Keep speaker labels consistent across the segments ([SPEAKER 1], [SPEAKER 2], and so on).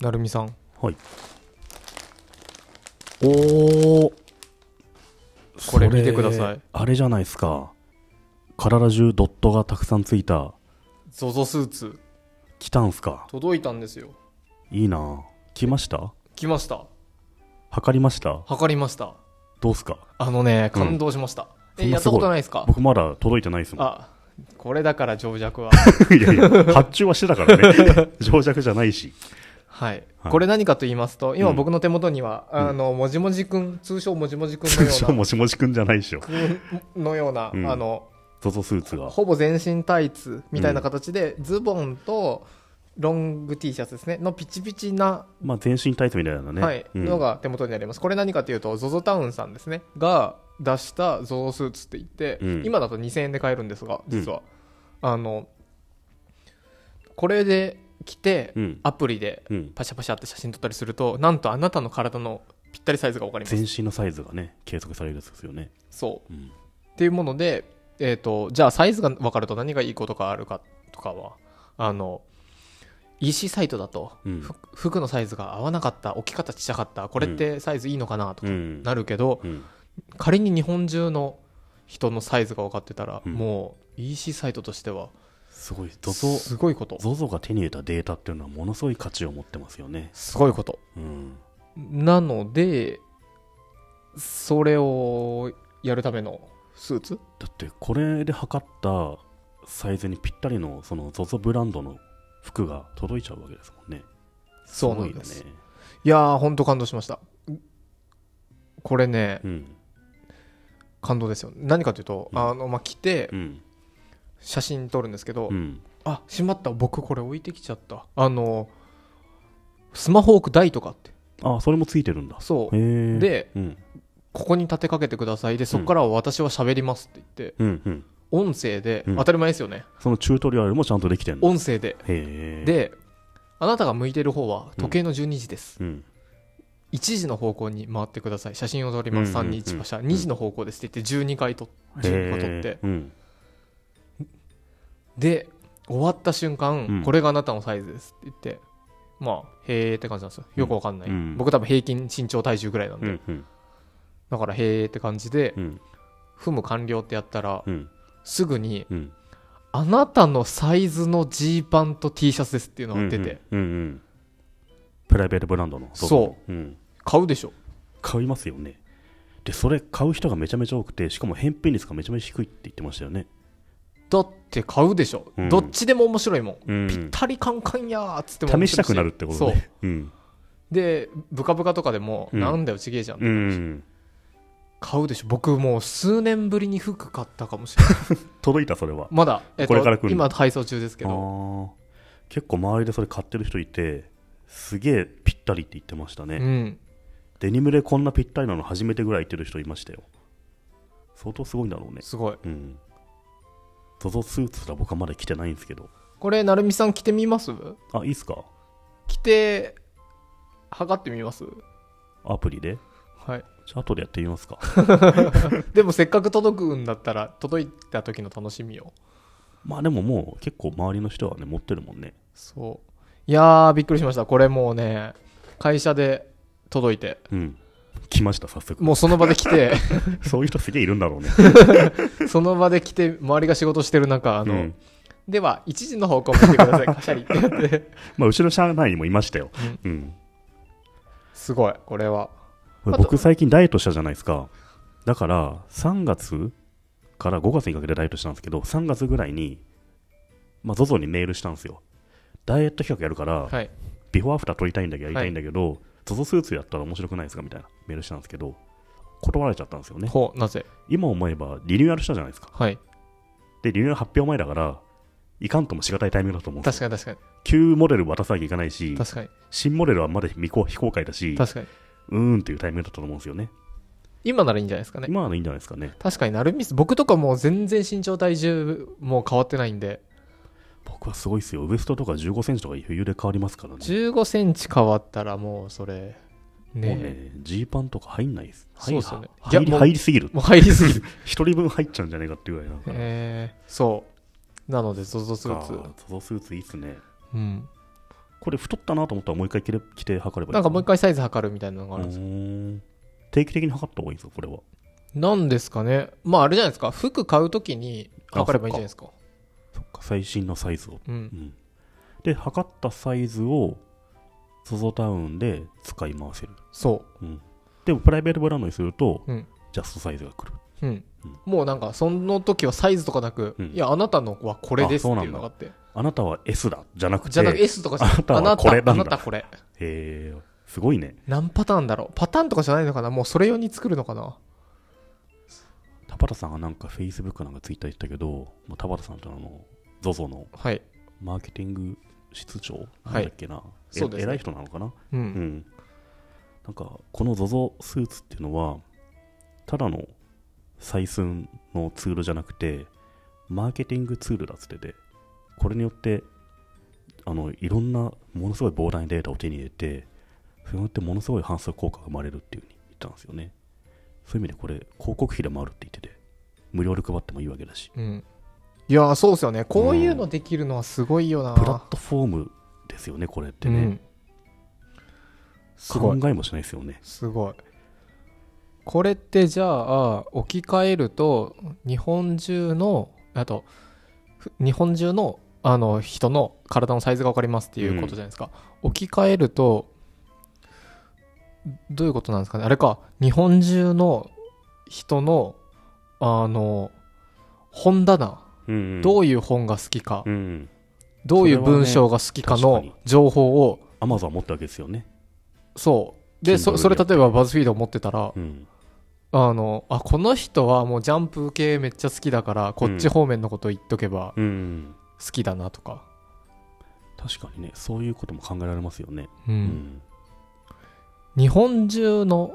[SPEAKER 1] なるみさん
[SPEAKER 2] はいおお
[SPEAKER 1] これ見てください
[SPEAKER 2] あれじゃないですか体中ドットがたくさんついた
[SPEAKER 1] ZOZO スーツ
[SPEAKER 2] 来たんすか
[SPEAKER 1] 届いたんですよ
[SPEAKER 2] いいな来ました
[SPEAKER 1] 来ました
[SPEAKER 2] 測りました
[SPEAKER 1] 測りました
[SPEAKER 2] どうすか
[SPEAKER 1] あのね感動しました、
[SPEAKER 2] うん
[SPEAKER 1] え
[SPEAKER 2] そん
[SPEAKER 1] や
[SPEAKER 2] な
[SPEAKER 1] っ
[SPEAKER 2] す
[SPEAKER 1] た
[SPEAKER 2] ごい
[SPEAKER 1] ことないですか
[SPEAKER 2] 僕まだ届いてないですもん
[SPEAKER 1] あこれだから情弱 は
[SPEAKER 2] いやいや発注はしてたから ね情弱じゃないし
[SPEAKER 1] はい、
[SPEAKER 2] はい
[SPEAKER 1] これ何かと言いますと今
[SPEAKER 2] うん
[SPEAKER 1] 僕の手元には、
[SPEAKER 2] ん
[SPEAKER 1] あのもじもじくん通称もじもじくんの
[SPEAKER 2] 通
[SPEAKER 1] よ
[SPEAKER 2] 称
[SPEAKER 1] うな
[SPEAKER 2] もしもしくんじゃないでしょ
[SPEAKER 1] くんのような、
[SPEAKER 2] うん
[SPEAKER 1] あの
[SPEAKER 2] ゾゾスーツが
[SPEAKER 1] ほぼ全身タイツみたいな形で、ズボンとロング T シャツですねのピチピチな、
[SPEAKER 2] まあ全身タイツみたいなね、
[SPEAKER 1] はい
[SPEAKER 2] うん
[SPEAKER 1] のが手元にありますこれ何かというと ZOZO タウンさんですねが出した ZOZO スーツって言って、
[SPEAKER 2] うん
[SPEAKER 1] 今だと2000円で買えるんですが実は、あのこれで着て、
[SPEAKER 2] うん
[SPEAKER 1] アプリで
[SPEAKER 2] うん
[SPEAKER 1] パシャパシャって写真撮ったりするとなんとあなたの体のぴったりサイズが分かります
[SPEAKER 2] 全身のサイズがね計測されるんですよね、
[SPEAKER 1] そう
[SPEAKER 2] うん
[SPEAKER 1] っていうもので、えー、とじゃあサイズが分かると何がいいことがあるかとかはあの EC サイトだと、
[SPEAKER 2] うん
[SPEAKER 1] ふ服のサイズが合わなかった置き方ちっちゃかったこれってサイズいいのかなと
[SPEAKER 2] う
[SPEAKER 1] か
[SPEAKER 2] ん
[SPEAKER 1] なるけど、
[SPEAKER 2] うん
[SPEAKER 1] 仮に日本中の人のサイズが分かってたら、
[SPEAKER 2] うん
[SPEAKER 1] もう EC サイトとしては
[SPEAKER 2] すごいゾゾ
[SPEAKER 1] すごいこと
[SPEAKER 2] ゾゾが手に入れたデータっていうのはものすごい価値を持ってますよね。
[SPEAKER 1] すごいこと
[SPEAKER 2] うん。
[SPEAKER 1] なのでそれをやるためのスーツ
[SPEAKER 2] だってこれで測ったサイズにぴったりのそのゾゾブランドの服が届いちゃうわけですもんね。
[SPEAKER 1] そう
[SPEAKER 2] ご
[SPEAKER 1] ないん
[SPEAKER 2] よ
[SPEAKER 1] です
[SPEAKER 2] ね。
[SPEAKER 1] いやー本当感動しましたこれね
[SPEAKER 2] うん。
[SPEAKER 1] 感動ですよ何かというと、
[SPEAKER 2] うん
[SPEAKER 1] あのまあ、来て
[SPEAKER 2] うん。
[SPEAKER 1] 写真撮るんですけど、
[SPEAKER 2] うん。
[SPEAKER 1] あしまった僕これ置いてきちゃったあのスマホ置く台とかって
[SPEAKER 2] あ、それもついてるんだ。
[SPEAKER 1] そう
[SPEAKER 2] へえ。
[SPEAKER 1] で、
[SPEAKER 2] うん。
[SPEAKER 1] ここに立てかけてくださいでそこからは私は喋りますって言って、
[SPEAKER 2] うんうん。
[SPEAKER 1] 音声で、
[SPEAKER 2] うん
[SPEAKER 1] 当たり前ですよね
[SPEAKER 2] そのチュートリアルもちゃんとできてんの。
[SPEAKER 1] 音声で、
[SPEAKER 2] へえ。、
[SPEAKER 1] であなたが向いてる方は時計の12時です、
[SPEAKER 2] うん。
[SPEAKER 1] 1時の方向に回ってください写真を撮ります、
[SPEAKER 2] うんうんうん
[SPEAKER 1] 321馬車2時の方向ですって言って12回撮っ12個撮って
[SPEAKER 2] へえうん。
[SPEAKER 1] で終わった瞬間、
[SPEAKER 2] うん
[SPEAKER 1] これがあなたのサイズですって言ってまあへーって感じなんですよよくわかんない、
[SPEAKER 2] うんうん
[SPEAKER 1] 僕多分平均身長体重ぐらいなん
[SPEAKER 2] う
[SPEAKER 1] で、
[SPEAKER 2] んうん。
[SPEAKER 1] だからへーって感じで
[SPEAKER 2] うん。
[SPEAKER 1] ふむ完了ってやったら
[SPEAKER 2] うん。
[SPEAKER 1] すぐに
[SPEAKER 2] うん。
[SPEAKER 1] あなたのサイズのジーパンと T シャツですっていうのが出て、
[SPEAKER 2] うんうん。うんうん。プライベートブランドの。。
[SPEAKER 1] そう
[SPEAKER 2] うん。
[SPEAKER 1] 買うでしょ
[SPEAKER 2] 買いますよねでそれ買う人がめちゃめちゃ多くてしかも返品率がめちゃめちゃ低いって言ってましたよね
[SPEAKER 1] だって買うでしょ、
[SPEAKER 2] うん
[SPEAKER 1] どっちでも面白いもん、
[SPEAKER 2] うん
[SPEAKER 1] ぴったりカンカンやーっつっても面白い
[SPEAKER 2] 試したくなるってこと
[SPEAKER 1] そう
[SPEAKER 2] ねうん
[SPEAKER 1] でブカブカとかでも、
[SPEAKER 2] うん
[SPEAKER 1] なんだよちげえじゃん、
[SPEAKER 2] うん
[SPEAKER 1] 買うでしょ僕もう数年ぶりに服買ったかもし れない
[SPEAKER 2] 届いたそれは
[SPEAKER 1] まだ、えっと
[SPEAKER 2] これから来るの
[SPEAKER 1] 今配送中ですけ
[SPEAKER 2] あ
[SPEAKER 1] ど
[SPEAKER 2] ー結構周りでそれ買ってる人いてすげえぴったりって言ってましたね、
[SPEAKER 1] うん、
[SPEAKER 2] デニムでこんなぴったりなの初めてぐらい言ってる人いましたよ相当すごいんだろうね
[SPEAKER 1] すごい。
[SPEAKER 2] うんゾゾスーツすら僕はまだ着てないんですけど
[SPEAKER 1] これ、なるみさん着てみます
[SPEAKER 2] あいいっすか
[SPEAKER 1] 着て、測ってみます
[SPEAKER 2] アプリで
[SPEAKER 1] はい。
[SPEAKER 2] じゃあ後でやってみますか
[SPEAKER 1] でも、せっかく届くんだったら、届いた時の楽しみを。
[SPEAKER 2] まあでももう結構周りの人はね持ってるもんね
[SPEAKER 1] そう。いやー、びっくりしました。これもうね、会社で届いて、
[SPEAKER 2] うん。来ました、早速。
[SPEAKER 1] もうその場で来て、
[SPEAKER 2] そういう人すげえいるんだろうね。
[SPEAKER 1] その場で来て、周りが仕事してる 中、あ
[SPEAKER 2] あ
[SPEAKER 1] の、では、1時の方向向いてください、カシャリってやって。
[SPEAKER 2] まあ、後ろ車内にもいましたよ。うん。
[SPEAKER 1] すごい、これは。
[SPEAKER 2] これ
[SPEAKER 1] あと
[SPEAKER 2] 僕最近ダイエットしたじゃないですか。だから、3月から5月にかけてダイエットしたんですけど、3月ぐらいに、まあ、ZOZO にメールしたんですよ。ダイエット企画やるから、
[SPEAKER 1] はい。
[SPEAKER 2] ビフォーアフター撮りたいんだけど、やりたいんだけど、ZOZO スーツやったら面白くないですかみたいなメールしたんですけど、断られちゃったんですよね。
[SPEAKER 1] ほう、なぜ
[SPEAKER 2] 今思えば、リニューアルしたじゃないですか。
[SPEAKER 1] はい。
[SPEAKER 2] で、リニューアル発表前だから、いかんともしがたいタイミングだと思うんですよ
[SPEAKER 1] 確かに確かに。
[SPEAKER 2] 旧モデル渡さなきゃいかないし、
[SPEAKER 1] 確かに。
[SPEAKER 2] 新モデルはまだ未公非公開だし、
[SPEAKER 1] 確かに。
[SPEAKER 2] うーんっていうタイミングだったと思うんですよね。
[SPEAKER 1] 今ならいいんじゃないですかね。
[SPEAKER 2] 今ならいいんじゃないですかね。
[SPEAKER 1] 確かになるみす僕とかもう全然身長体重もう変わってないんで
[SPEAKER 2] 僕はすごいですよ。ウエストとか15センチとか余裕で変わりますからね。
[SPEAKER 1] 1 5ンチ変わったらもうそれ
[SPEAKER 2] もう
[SPEAKER 1] ね
[SPEAKER 2] ね、ジーパンとか入んないです。入
[SPEAKER 1] そうっすよね
[SPEAKER 2] は入
[SPEAKER 1] いや
[SPEAKER 2] り
[SPEAKER 1] もう
[SPEAKER 2] 入りすぎる
[SPEAKER 1] え。もう入りすぎる
[SPEAKER 2] 一人分入っちゃうんじゃないかっていうぐらいなんか。
[SPEAKER 1] えー、そうなので ZOZO スーツ
[SPEAKER 2] あ。ゾゾスーツいいっすね。
[SPEAKER 1] うんこ
[SPEAKER 2] これ太ったなと思ったらもう一回着れ着て測ればいい
[SPEAKER 1] なんかもう一
[SPEAKER 2] 一
[SPEAKER 1] 回サイズ測るみたいなのがあるんですよ
[SPEAKER 2] 定期的に測った方がいいんですよこれは
[SPEAKER 1] なんですかねまああれじゃないですか服買うときに測ればいいんじゃないですか
[SPEAKER 2] そっか最新のサイズを、
[SPEAKER 1] う
[SPEAKER 2] うんん、で測ったサイズを ZOZO タウンで使い回せる
[SPEAKER 1] そ
[SPEAKER 2] でもプライベートブランドにすると、
[SPEAKER 1] うん
[SPEAKER 2] ジャストサイズが来る
[SPEAKER 1] ううん
[SPEAKER 2] うん
[SPEAKER 1] もうなんかその時はサイズとかなく、
[SPEAKER 2] うん
[SPEAKER 1] いやあなたのはこれですっ
[SPEAKER 2] あそうな
[SPEAKER 1] て
[SPEAKER 2] ん
[SPEAKER 1] い
[SPEAKER 2] だ
[SPEAKER 1] うのがあって
[SPEAKER 2] あなたは S だじゃなくて
[SPEAKER 1] じゃなく S とかじゃ
[SPEAKER 2] あなたは
[SPEAKER 1] あな
[SPEAKER 2] これなんだ
[SPEAKER 1] あなたこれ
[SPEAKER 2] えーすごいね
[SPEAKER 1] 何パターンだろうパターンとかじゃないのかなもうそれ用に作るのかな
[SPEAKER 2] 田畑さんがなんか Facebook なんか Twitter 言ってたけどもう田畑さんってあの ZOZO の
[SPEAKER 1] はい
[SPEAKER 2] マーケティング室長
[SPEAKER 1] い
[SPEAKER 2] なんだっけな、え
[SPEAKER 1] そうですね
[SPEAKER 2] 偉い人なのかな、
[SPEAKER 1] うん、
[SPEAKER 2] うんなんかこの ZOZO スーツっていうのはただの採寸のツールじゃなくてマーケティングツールだっつっててこれによってあのいろんなものすごい膨大なデータを手に入れてそれによってものすごい反則効果が生まれるっていうふうに言ったんですよねそういう意味でこれ広告費でもあるって言ってて無料で配ってもいいわけだし
[SPEAKER 1] うん、いやーそうですよねこういうのできるのはすごいよな、
[SPEAKER 2] プラットフォームですよねこれってね、
[SPEAKER 1] うんすご
[SPEAKER 2] 考
[SPEAKER 1] い
[SPEAKER 2] えもしないですよね
[SPEAKER 1] すごいこれってじゃあ置き換えると日本中のあとふ日本中のあの人の体のサイズが分かりますっていうことじゃないですか、置き換えるとどういうことなんですかねあれか日本中の人のあの本棚ど
[SPEAKER 2] う
[SPEAKER 1] ういう本が好きか、
[SPEAKER 2] ん
[SPEAKER 1] どういう文章が好きか
[SPEAKER 2] それは
[SPEAKER 1] の
[SPEAKER 2] ね
[SPEAKER 1] 情報を
[SPEAKER 2] アマゾン持ったわけですよね、
[SPEAKER 1] そうで
[SPEAKER 2] Kindle
[SPEAKER 1] そそれ例えばバズフィードを持ってたら
[SPEAKER 2] うん、
[SPEAKER 1] あのあこの人はもうジャンプ系めっちゃ好きだからこっち方面のこと言っとけば
[SPEAKER 2] うん
[SPEAKER 1] 好きだなとか、
[SPEAKER 2] 確かにねそういうことも考えられますよね、
[SPEAKER 1] うん
[SPEAKER 2] うん
[SPEAKER 1] 日本中の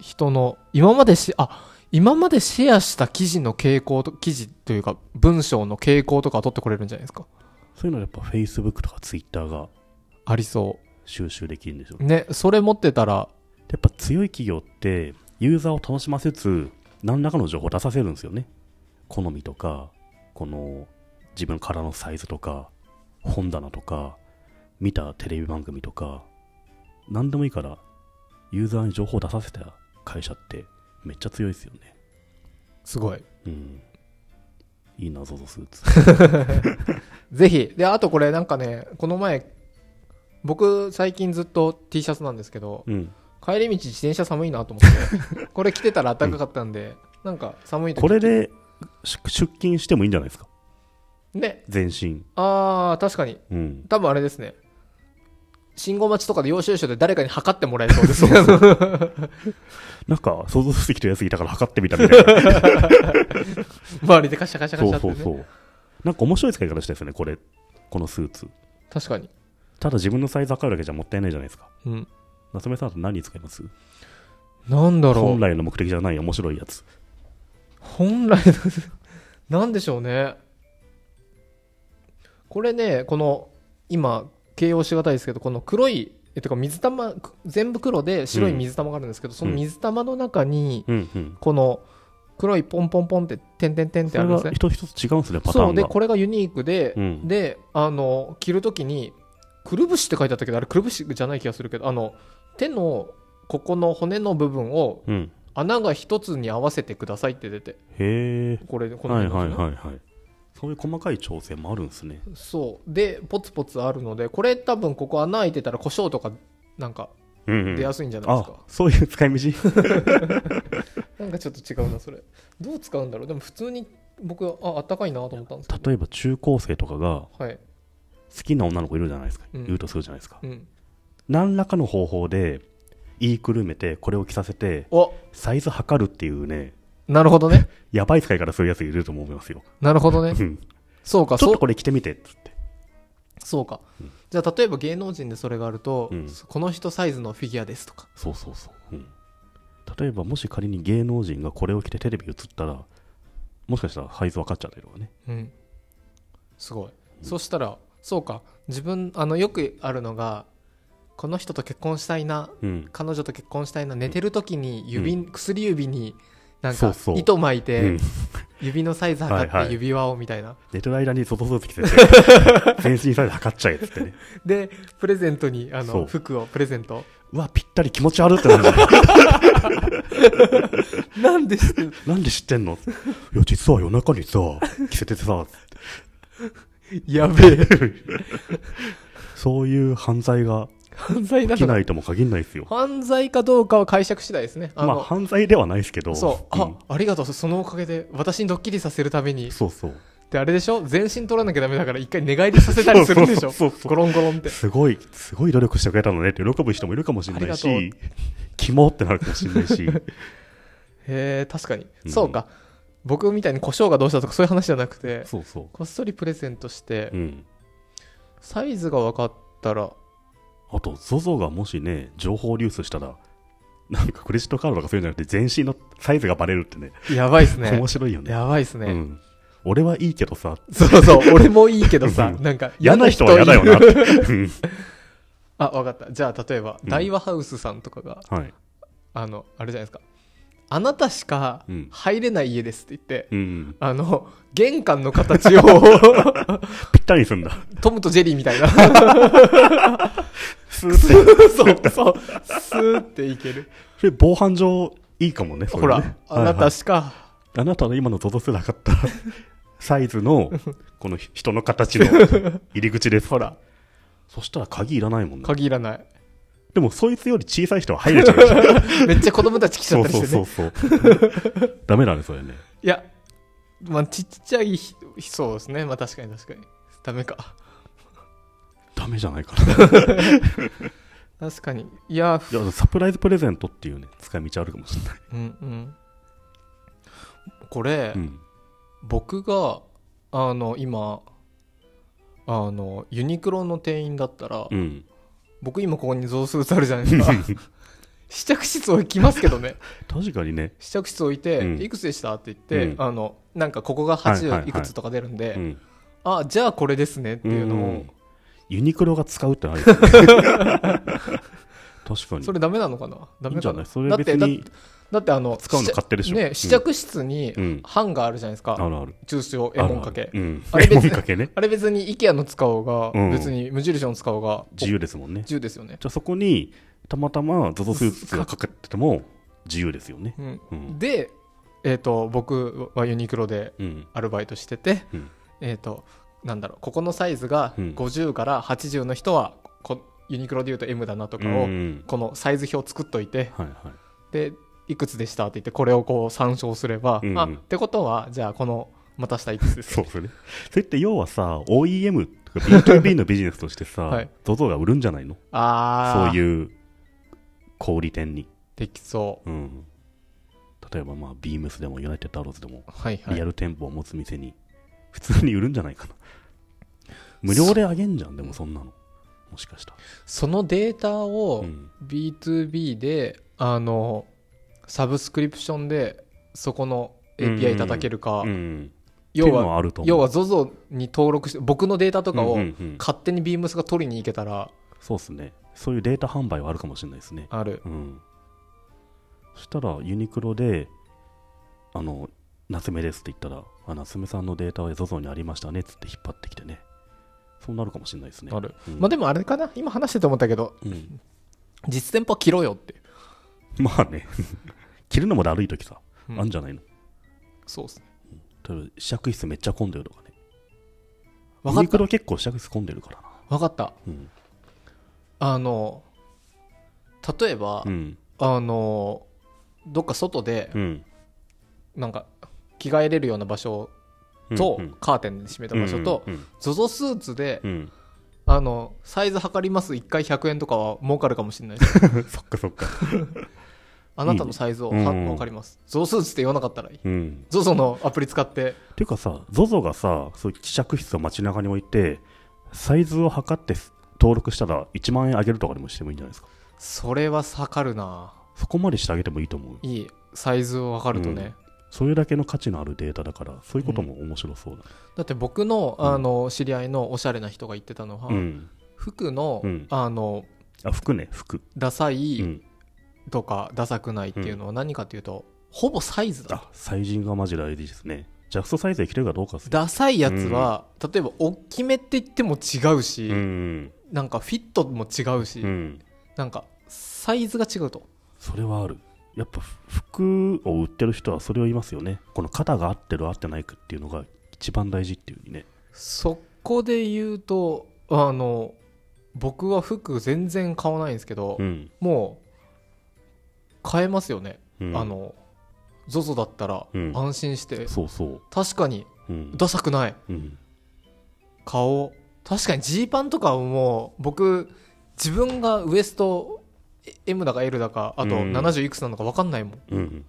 [SPEAKER 1] 人の今までしあ今までシェアした記事の傾向と記事というか文章の傾向とかは取ってこれるんじゃないですか
[SPEAKER 2] そういうのはやっぱ Facebook とか Twitter が
[SPEAKER 1] ありそ
[SPEAKER 2] 収集できるんでしょう
[SPEAKER 1] う
[SPEAKER 2] ね
[SPEAKER 1] ねそれ持ってたら
[SPEAKER 2] やっぱ強い企業ってユーザーを楽しませつつ何らかの情報を出させるんですよね好みとかこの自分からのサイズとか本棚とか見たテレビ番組とか何でもいいからユーザーに情報を出させた会社ってめっちゃ強いですよね
[SPEAKER 1] すごい
[SPEAKER 2] うんいいな ZOZO スーツ
[SPEAKER 1] ぜひであとこれなんかねこの前僕最近ずっと T シャツなんですけど
[SPEAKER 2] うん、
[SPEAKER 1] 帰り道自転車寒いなと思って これ着てたら暖かかったんで、なんか寒い時
[SPEAKER 2] これで出出勤してもいいんじゃないですか
[SPEAKER 1] ね
[SPEAKER 2] 全身、
[SPEAKER 1] あー確かに
[SPEAKER 2] うん、
[SPEAKER 1] 多分あれですね信号待ちとかで要収集で誰かに測ってもらえそうですね
[SPEAKER 2] なんか想像してきたやついたから測ってみたみ たいな
[SPEAKER 1] 周りでカシャカシャカ
[SPEAKER 2] そ
[SPEAKER 1] シャ
[SPEAKER 2] う
[SPEAKER 1] って、
[SPEAKER 2] そ
[SPEAKER 1] ね、
[SPEAKER 2] うそうなんか面白い使い方したいですねこれこのスーツ
[SPEAKER 1] 確かに、
[SPEAKER 2] ただ自分のサイズ測るだけじゃもったいないじゃないですか
[SPEAKER 1] うん、
[SPEAKER 2] 夏目さんと何に使います
[SPEAKER 1] なんだろう
[SPEAKER 2] 本来の目的じゃない面白いやつ
[SPEAKER 1] 本来の なんでしょうねこれねこの今形容しがたいですけどこの黒いえとか水玉く全部黒で白い水玉があるんですけど、その水玉の中に
[SPEAKER 2] うんうん
[SPEAKER 1] この黒いポンポンポンって点点点っ
[SPEAKER 2] そ
[SPEAKER 1] てあ
[SPEAKER 2] れ
[SPEAKER 1] るんですね
[SPEAKER 2] は一つ一つ違うんですねパター
[SPEAKER 1] そう
[SPEAKER 2] ン
[SPEAKER 1] で
[SPEAKER 2] が
[SPEAKER 1] これがユニークで、
[SPEAKER 2] うん
[SPEAKER 1] であの着るときにくるぶしって書いてあったけどあれくるぶしじゃない気がするけどあの手のここの骨の部分を
[SPEAKER 2] うん
[SPEAKER 1] 穴が一つに合わせてくださいって出て
[SPEAKER 2] へえ
[SPEAKER 1] これこの
[SPEAKER 2] はい
[SPEAKER 1] 辺ですね
[SPEAKER 2] はいはいはいそういう細かい調整もあるんですね
[SPEAKER 1] そうでポツポツあるのでこれ多分ここ穴開いてたら胡椒とかなんか
[SPEAKER 2] うん、うん、
[SPEAKER 1] 出やすいんじゃないです
[SPEAKER 2] あ
[SPEAKER 1] か、
[SPEAKER 2] そういう使い道
[SPEAKER 1] なんかちょっと違うなそれどう使うんだろうでも普通に僕ああったかいなと思ったんですけど
[SPEAKER 2] 例えば中高生とかが
[SPEAKER 1] はい、
[SPEAKER 2] 好きな女の子いるじゃないですか、
[SPEAKER 1] うん
[SPEAKER 2] 言うとするじゃないですか、
[SPEAKER 1] うん、
[SPEAKER 2] 何らかの方法で言いくるめてこれを着させて
[SPEAKER 1] お
[SPEAKER 2] サイズ測るっていうね
[SPEAKER 1] なるほどね
[SPEAKER 2] やばい使い方するやついると思いますよ、
[SPEAKER 1] なるほどね
[SPEAKER 2] うん
[SPEAKER 1] そうか
[SPEAKER 2] ちょ
[SPEAKER 1] そ
[SPEAKER 2] っ
[SPEAKER 1] う
[SPEAKER 2] とこれ着てみてっつって
[SPEAKER 1] そうか、じゃあ例えば芸能人でそれがあると、
[SPEAKER 2] うん
[SPEAKER 1] この人サイズのフィギュアですとか
[SPEAKER 2] そうそうそう、うん例えばもし仮に芸能人がこれを着てテレビ映ったらもしかしたらサイズ分かっちゃったりとかね
[SPEAKER 1] うんすごい、そしたらそうか自分あのよくあるのがこの人と結婚したいな
[SPEAKER 2] うん
[SPEAKER 1] 彼女と結婚したいな寝てる時に指、薬指になん
[SPEAKER 2] そ
[SPEAKER 1] か
[SPEAKER 2] うそう
[SPEAKER 1] 糸巻いうて
[SPEAKER 2] ん
[SPEAKER 1] 指のサイズ測
[SPEAKER 2] はい
[SPEAKER 1] っ
[SPEAKER 2] は
[SPEAKER 1] て
[SPEAKER 2] い
[SPEAKER 1] 指輪をみたいな
[SPEAKER 2] 寝てる間に外鈴 木先生全身サイズ測っちゃえっつってね
[SPEAKER 1] でプレゼントにあ
[SPEAKER 2] そ
[SPEAKER 1] の
[SPEAKER 2] う
[SPEAKER 1] 服をプレゼント
[SPEAKER 2] うわぴったり気持ち悪ってなるじゃん
[SPEAKER 1] なんでして
[SPEAKER 2] なんで知ってんのいや、実は夜中にさ、着せててさ、
[SPEAKER 1] やべ え
[SPEAKER 2] そういう犯罪が
[SPEAKER 1] 犯罪な
[SPEAKER 2] 起き
[SPEAKER 1] の
[SPEAKER 2] ないとも限らないですよ。
[SPEAKER 1] 犯罪かどうかは解釈次第ですねあ
[SPEAKER 2] ま
[SPEAKER 1] の、
[SPEAKER 2] あ、犯罪ではないですけど。
[SPEAKER 1] そう、
[SPEAKER 2] ん
[SPEAKER 1] あありがとうそのおかげで私にドッキリさせるために
[SPEAKER 2] そうそう。
[SPEAKER 1] であれでしょ全身取らなきゃダメだから一回寝返りさせたりするんでしょ
[SPEAKER 2] そうそうそうそう
[SPEAKER 1] ゴロンゴロンって
[SPEAKER 2] すごい、すごい努力してくれたのねって喜ぶ人もいるかもしれない
[SPEAKER 1] あり
[SPEAKER 2] し、キモってなるかもしれない し、
[SPEAKER 1] へえ確かに、
[SPEAKER 2] うん
[SPEAKER 1] そうか僕みたいに胡椒がどうしたとかそういう話じゃなくて
[SPEAKER 2] そうそ
[SPEAKER 1] こっそりプレゼントして、
[SPEAKER 2] う。うん。
[SPEAKER 1] サイズが分かったら
[SPEAKER 2] あと、ZOZO がもしね、情報流出したら、なんかクレジットカードとかそういうんじゃなくて、全身のサイズがバレるってね、
[SPEAKER 1] やばいっすね
[SPEAKER 2] 面白いよね。
[SPEAKER 1] やばいっすね、
[SPEAKER 2] うん。俺はいいけどさ、
[SPEAKER 1] そうそう俺もいいけどさ
[SPEAKER 2] うん
[SPEAKER 1] なんか
[SPEAKER 2] 嫌な人は嫌だよな
[SPEAKER 1] い
[SPEAKER 2] っ
[SPEAKER 1] る
[SPEAKER 2] て。 うん
[SPEAKER 1] あ分かったじゃあ例えば
[SPEAKER 2] うん
[SPEAKER 1] 大和ハウスさんとかが、
[SPEAKER 2] はい。
[SPEAKER 1] あのあれじゃないですかあなたしか
[SPEAKER 2] うん
[SPEAKER 1] 入れない家ですって言って、
[SPEAKER 2] うん。
[SPEAKER 1] あの玄関の形を
[SPEAKER 2] ぴったりに すんだ。
[SPEAKER 1] トムとジェリーみたいな
[SPEAKER 2] スーって
[SPEAKER 1] そうそうスーっていける
[SPEAKER 2] それ防犯上いいかもね、それ
[SPEAKER 1] ほら、
[SPEAKER 2] ね
[SPEAKER 1] あな
[SPEAKER 2] はいは
[SPEAKER 1] た
[SPEAKER 2] い
[SPEAKER 1] しか
[SPEAKER 2] あなたの今の届せなかった サイズの、この人の形 の入り口です。
[SPEAKER 1] ほら。
[SPEAKER 2] そしたら鍵いらないもんね。
[SPEAKER 1] 限らない。
[SPEAKER 2] でも、そいつより小さい人は入れちゃうで しょ。
[SPEAKER 1] めっちゃ子供たち来ちゃっ
[SPEAKER 2] そう
[SPEAKER 1] たりし
[SPEAKER 2] そ
[SPEAKER 1] て
[SPEAKER 2] う
[SPEAKER 1] ね。
[SPEAKER 2] そうそう。 ダメだね、それね。
[SPEAKER 1] いや、まあ、ちっちゃいひ、そうですね。まあ、確かに確かに。ダメか。
[SPEAKER 2] ダメじゃないか な。
[SPEAKER 1] 確かに。いや、
[SPEAKER 2] いやサプライズプレゼントっていうね、使い道あるかもしれない。
[SPEAKER 1] うんうん。これ、
[SPEAKER 2] うん。
[SPEAKER 1] 僕が、あの、今、あの、ユニクロの店員だったら、
[SPEAKER 2] うん。
[SPEAKER 1] 僕今ここに増数あるじゃない ですか。試着室置きますけどね。
[SPEAKER 2] 確かにね。
[SPEAKER 1] 試着室置いて、
[SPEAKER 2] うん
[SPEAKER 1] いくつでしたって言って、
[SPEAKER 2] うん
[SPEAKER 1] あの、なんかここが
[SPEAKER 2] はいはいは
[SPEAKER 1] 80
[SPEAKER 2] い
[SPEAKER 1] いくつとか出るんで、
[SPEAKER 2] うん。
[SPEAKER 1] あ、じゃあこれですねっていうのを、
[SPEAKER 2] んユニクロが使うっての ありですね。確かに。
[SPEAKER 1] それダメなのかなダ
[SPEAKER 2] いいん
[SPEAKER 1] メ
[SPEAKER 2] じ
[SPEAKER 1] か
[SPEAKER 2] ゃ
[SPEAKER 1] な
[SPEAKER 2] ないそれ別
[SPEAKER 1] だって
[SPEAKER 2] に
[SPEAKER 1] だだってあの
[SPEAKER 2] 使うの買ってるでしょ。
[SPEAKER 1] ね、試着室に
[SPEAKER 2] うんうん
[SPEAKER 1] ハンガーあるじゃないですか、
[SPEAKER 2] あるある。
[SPEAKER 1] 中小絵本掛けあ
[SPEAKER 2] あるあるうん
[SPEAKER 1] あれ別
[SPEAKER 2] 絵
[SPEAKER 1] に
[SPEAKER 2] 本掛けね。
[SPEAKER 1] れ別に IKEA の使おうが、
[SPEAKER 2] うん
[SPEAKER 1] 別に無印の使おうが
[SPEAKER 2] 自由ですもんね。じ
[SPEAKER 1] 自由ですよね、
[SPEAKER 2] ゃあそこに、たまたま ZOZO スーツがかかってても自由ですよね。
[SPEAKER 1] うん
[SPEAKER 2] うん
[SPEAKER 1] で、えー、と僕はユニクロで
[SPEAKER 2] うん。
[SPEAKER 1] アルバイトしてて、
[SPEAKER 2] うん
[SPEAKER 1] えっ、となんだろうここのサイズが
[SPEAKER 2] うん
[SPEAKER 1] 50から80の人はこユニクロでいうと M だなとか
[SPEAKER 2] う
[SPEAKER 1] を
[SPEAKER 2] ん
[SPEAKER 1] このサイズ表作っといて、
[SPEAKER 2] はいはい。
[SPEAKER 1] でいくつでしたって言ってこれをこう参照すれば、
[SPEAKER 2] うんうん
[SPEAKER 1] あってことはじゃあこのまた下いくつです
[SPEAKER 2] そ
[SPEAKER 1] よ
[SPEAKER 2] うですね。それって要はさ、OEM とか B2B のビジネスとしてさ、
[SPEAKER 1] はい
[SPEAKER 2] ZOZO が売るんじゃないの
[SPEAKER 1] あ
[SPEAKER 2] そ
[SPEAKER 1] あ
[SPEAKER 2] ういう小売店に。
[SPEAKER 1] できそう
[SPEAKER 2] うん。例えばまあ、ビームスでもユナイテッドアローズでも、
[SPEAKER 1] はいは
[SPEAKER 2] リ
[SPEAKER 1] い
[SPEAKER 2] アル店舗を持つ店に、普通に売るんじゃないかな。無料であげんじゃん、でもそんなの。もしかした
[SPEAKER 1] そのデータ
[SPEAKER 2] ら。
[SPEAKER 1] を
[SPEAKER 2] うん
[SPEAKER 1] B2B であのサブスクリプションでそこの
[SPEAKER 2] う
[SPEAKER 1] API
[SPEAKER 2] ん
[SPEAKER 1] 叩けるか
[SPEAKER 2] うん、
[SPEAKER 1] 要
[SPEAKER 2] っていうの
[SPEAKER 1] は
[SPEAKER 2] はあると思う
[SPEAKER 1] 要は ZOZO に登録して僕のデータとか
[SPEAKER 2] うん
[SPEAKER 1] を
[SPEAKER 2] うんうん
[SPEAKER 1] 勝手にビームスが取りに行けたら
[SPEAKER 2] そうですねそういうデータ販売はあるかもしれないですね、
[SPEAKER 1] ある
[SPEAKER 2] うん、そしたらユニクロであの夏目ですって言ったらあ夏目さんのデータは ZOZO にありましたねっつって引っ張ってきてねそうなるかもしれないですね
[SPEAKER 1] ある
[SPEAKER 2] うん
[SPEAKER 1] まあでもあれかな今話してて思ったけど
[SPEAKER 2] うん
[SPEAKER 1] 実店舗は切ろよって
[SPEAKER 2] まあね 着るのもだるい時さ、
[SPEAKER 1] うん
[SPEAKER 2] あんじゃないの
[SPEAKER 1] そうっすね
[SPEAKER 2] 例えば試着室めっちゃ混んでるとかね
[SPEAKER 1] 分
[SPEAKER 2] ユ
[SPEAKER 1] かっ
[SPEAKER 2] ニク
[SPEAKER 1] た
[SPEAKER 2] ロ結構試着室混んでるからな
[SPEAKER 1] 分かった
[SPEAKER 2] うん、
[SPEAKER 1] あの例えば、
[SPEAKER 2] うん
[SPEAKER 1] あのどっか外で
[SPEAKER 2] うん
[SPEAKER 1] なんか着替えれるような場所
[SPEAKER 2] うん
[SPEAKER 1] と、
[SPEAKER 2] うん
[SPEAKER 1] カーテンで閉めた場所と、
[SPEAKER 2] うん
[SPEAKER 1] ZOZO スーツで、
[SPEAKER 2] うん
[SPEAKER 1] あのサイズ測ります1回100円とかは儲かるかもしれないです
[SPEAKER 2] うん、そっかそっか、
[SPEAKER 1] あなたのサイズを
[SPEAKER 2] いいね
[SPEAKER 1] は
[SPEAKER 2] うんうん
[SPEAKER 1] 分かります、ZOZO スーツって言わなかったらいい
[SPEAKER 2] うん、
[SPEAKER 1] ZOZO のアプリ使って
[SPEAKER 2] っていうかさ、ZOZO がさ、そういう試着室を街中に置いて、サイズを測って登録したら1万円あげるとかでもしてもいいんじゃないですか。
[SPEAKER 1] それは測るな
[SPEAKER 2] そこまでしてあげてもいいと思う。
[SPEAKER 1] いいサイズを測るとね、
[SPEAKER 2] それだけの価値のあるデータだから、そういうことも面白そうだ。
[SPEAKER 1] だって僕の
[SPEAKER 2] うん
[SPEAKER 1] あの知り合いのおしゃれな人が言ってたのは、
[SPEAKER 2] うん。
[SPEAKER 1] 服の,、
[SPEAKER 2] うん
[SPEAKER 1] あの
[SPEAKER 2] あ、服ね、服。
[SPEAKER 1] ダサい、
[SPEAKER 2] うん。
[SPEAKER 1] とかダサくないっていうのは何かというと、ほぼサイズだ
[SPEAKER 2] あ、サイジングがマジで大事ですね。ジャストサイズで着れるかどうかっすよ
[SPEAKER 1] ダサいやつは、例えば大きめって言っても違うし、
[SPEAKER 2] うん
[SPEAKER 1] なんかフィットも違うし、
[SPEAKER 2] うん
[SPEAKER 1] なんかサイズが違うと
[SPEAKER 2] それはあるやっぱ服を売ってる人はそれを言いますよねこの肩が合ってる合ってないかっていうのが一番大事っていうふうにね
[SPEAKER 1] そこで言うとあの僕は服全然買わないんですけど、
[SPEAKER 2] うん、
[SPEAKER 1] もう買えますよね、
[SPEAKER 2] うん
[SPEAKER 1] あの ZOZO だったら
[SPEAKER 2] うん
[SPEAKER 1] 安心して、
[SPEAKER 2] そうそう
[SPEAKER 1] 確かに
[SPEAKER 2] うん
[SPEAKER 1] ダサくない
[SPEAKER 2] うん
[SPEAKER 1] 顔確かにジーパンとかはもう僕自分がウエスト M だか L だかあと
[SPEAKER 2] うん
[SPEAKER 1] 70いくつなのか分かんないもん、
[SPEAKER 2] うん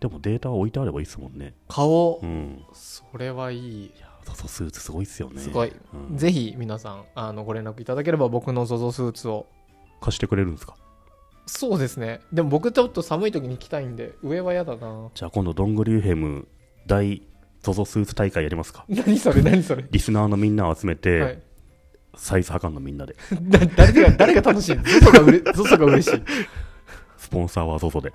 [SPEAKER 2] でもデータは置いてあればいいですもんね
[SPEAKER 1] 顔、
[SPEAKER 2] うん
[SPEAKER 1] それはいい
[SPEAKER 2] いやそうそうスーツすごいっすよね
[SPEAKER 1] すごい、
[SPEAKER 2] うん
[SPEAKER 1] ぜひ皆さんあのご連絡いただければ僕の ZOZO スーツを
[SPEAKER 2] 貸してくれるんですか
[SPEAKER 1] そうですねでも僕ちょっと寒い時に着たいんで上は嫌だな
[SPEAKER 2] じゃあ今度ドングリューヘム大 ZOZO スーツ大会やりますか
[SPEAKER 1] 何それ何それ、
[SPEAKER 2] リスナーのみんなを集めて、
[SPEAKER 1] はい、
[SPEAKER 2] サイズ測るのみんなで
[SPEAKER 1] だ誰が誰が楽しい ZOZO がうれ ZOZO が嬉しい
[SPEAKER 2] スポンサーは ZOZO で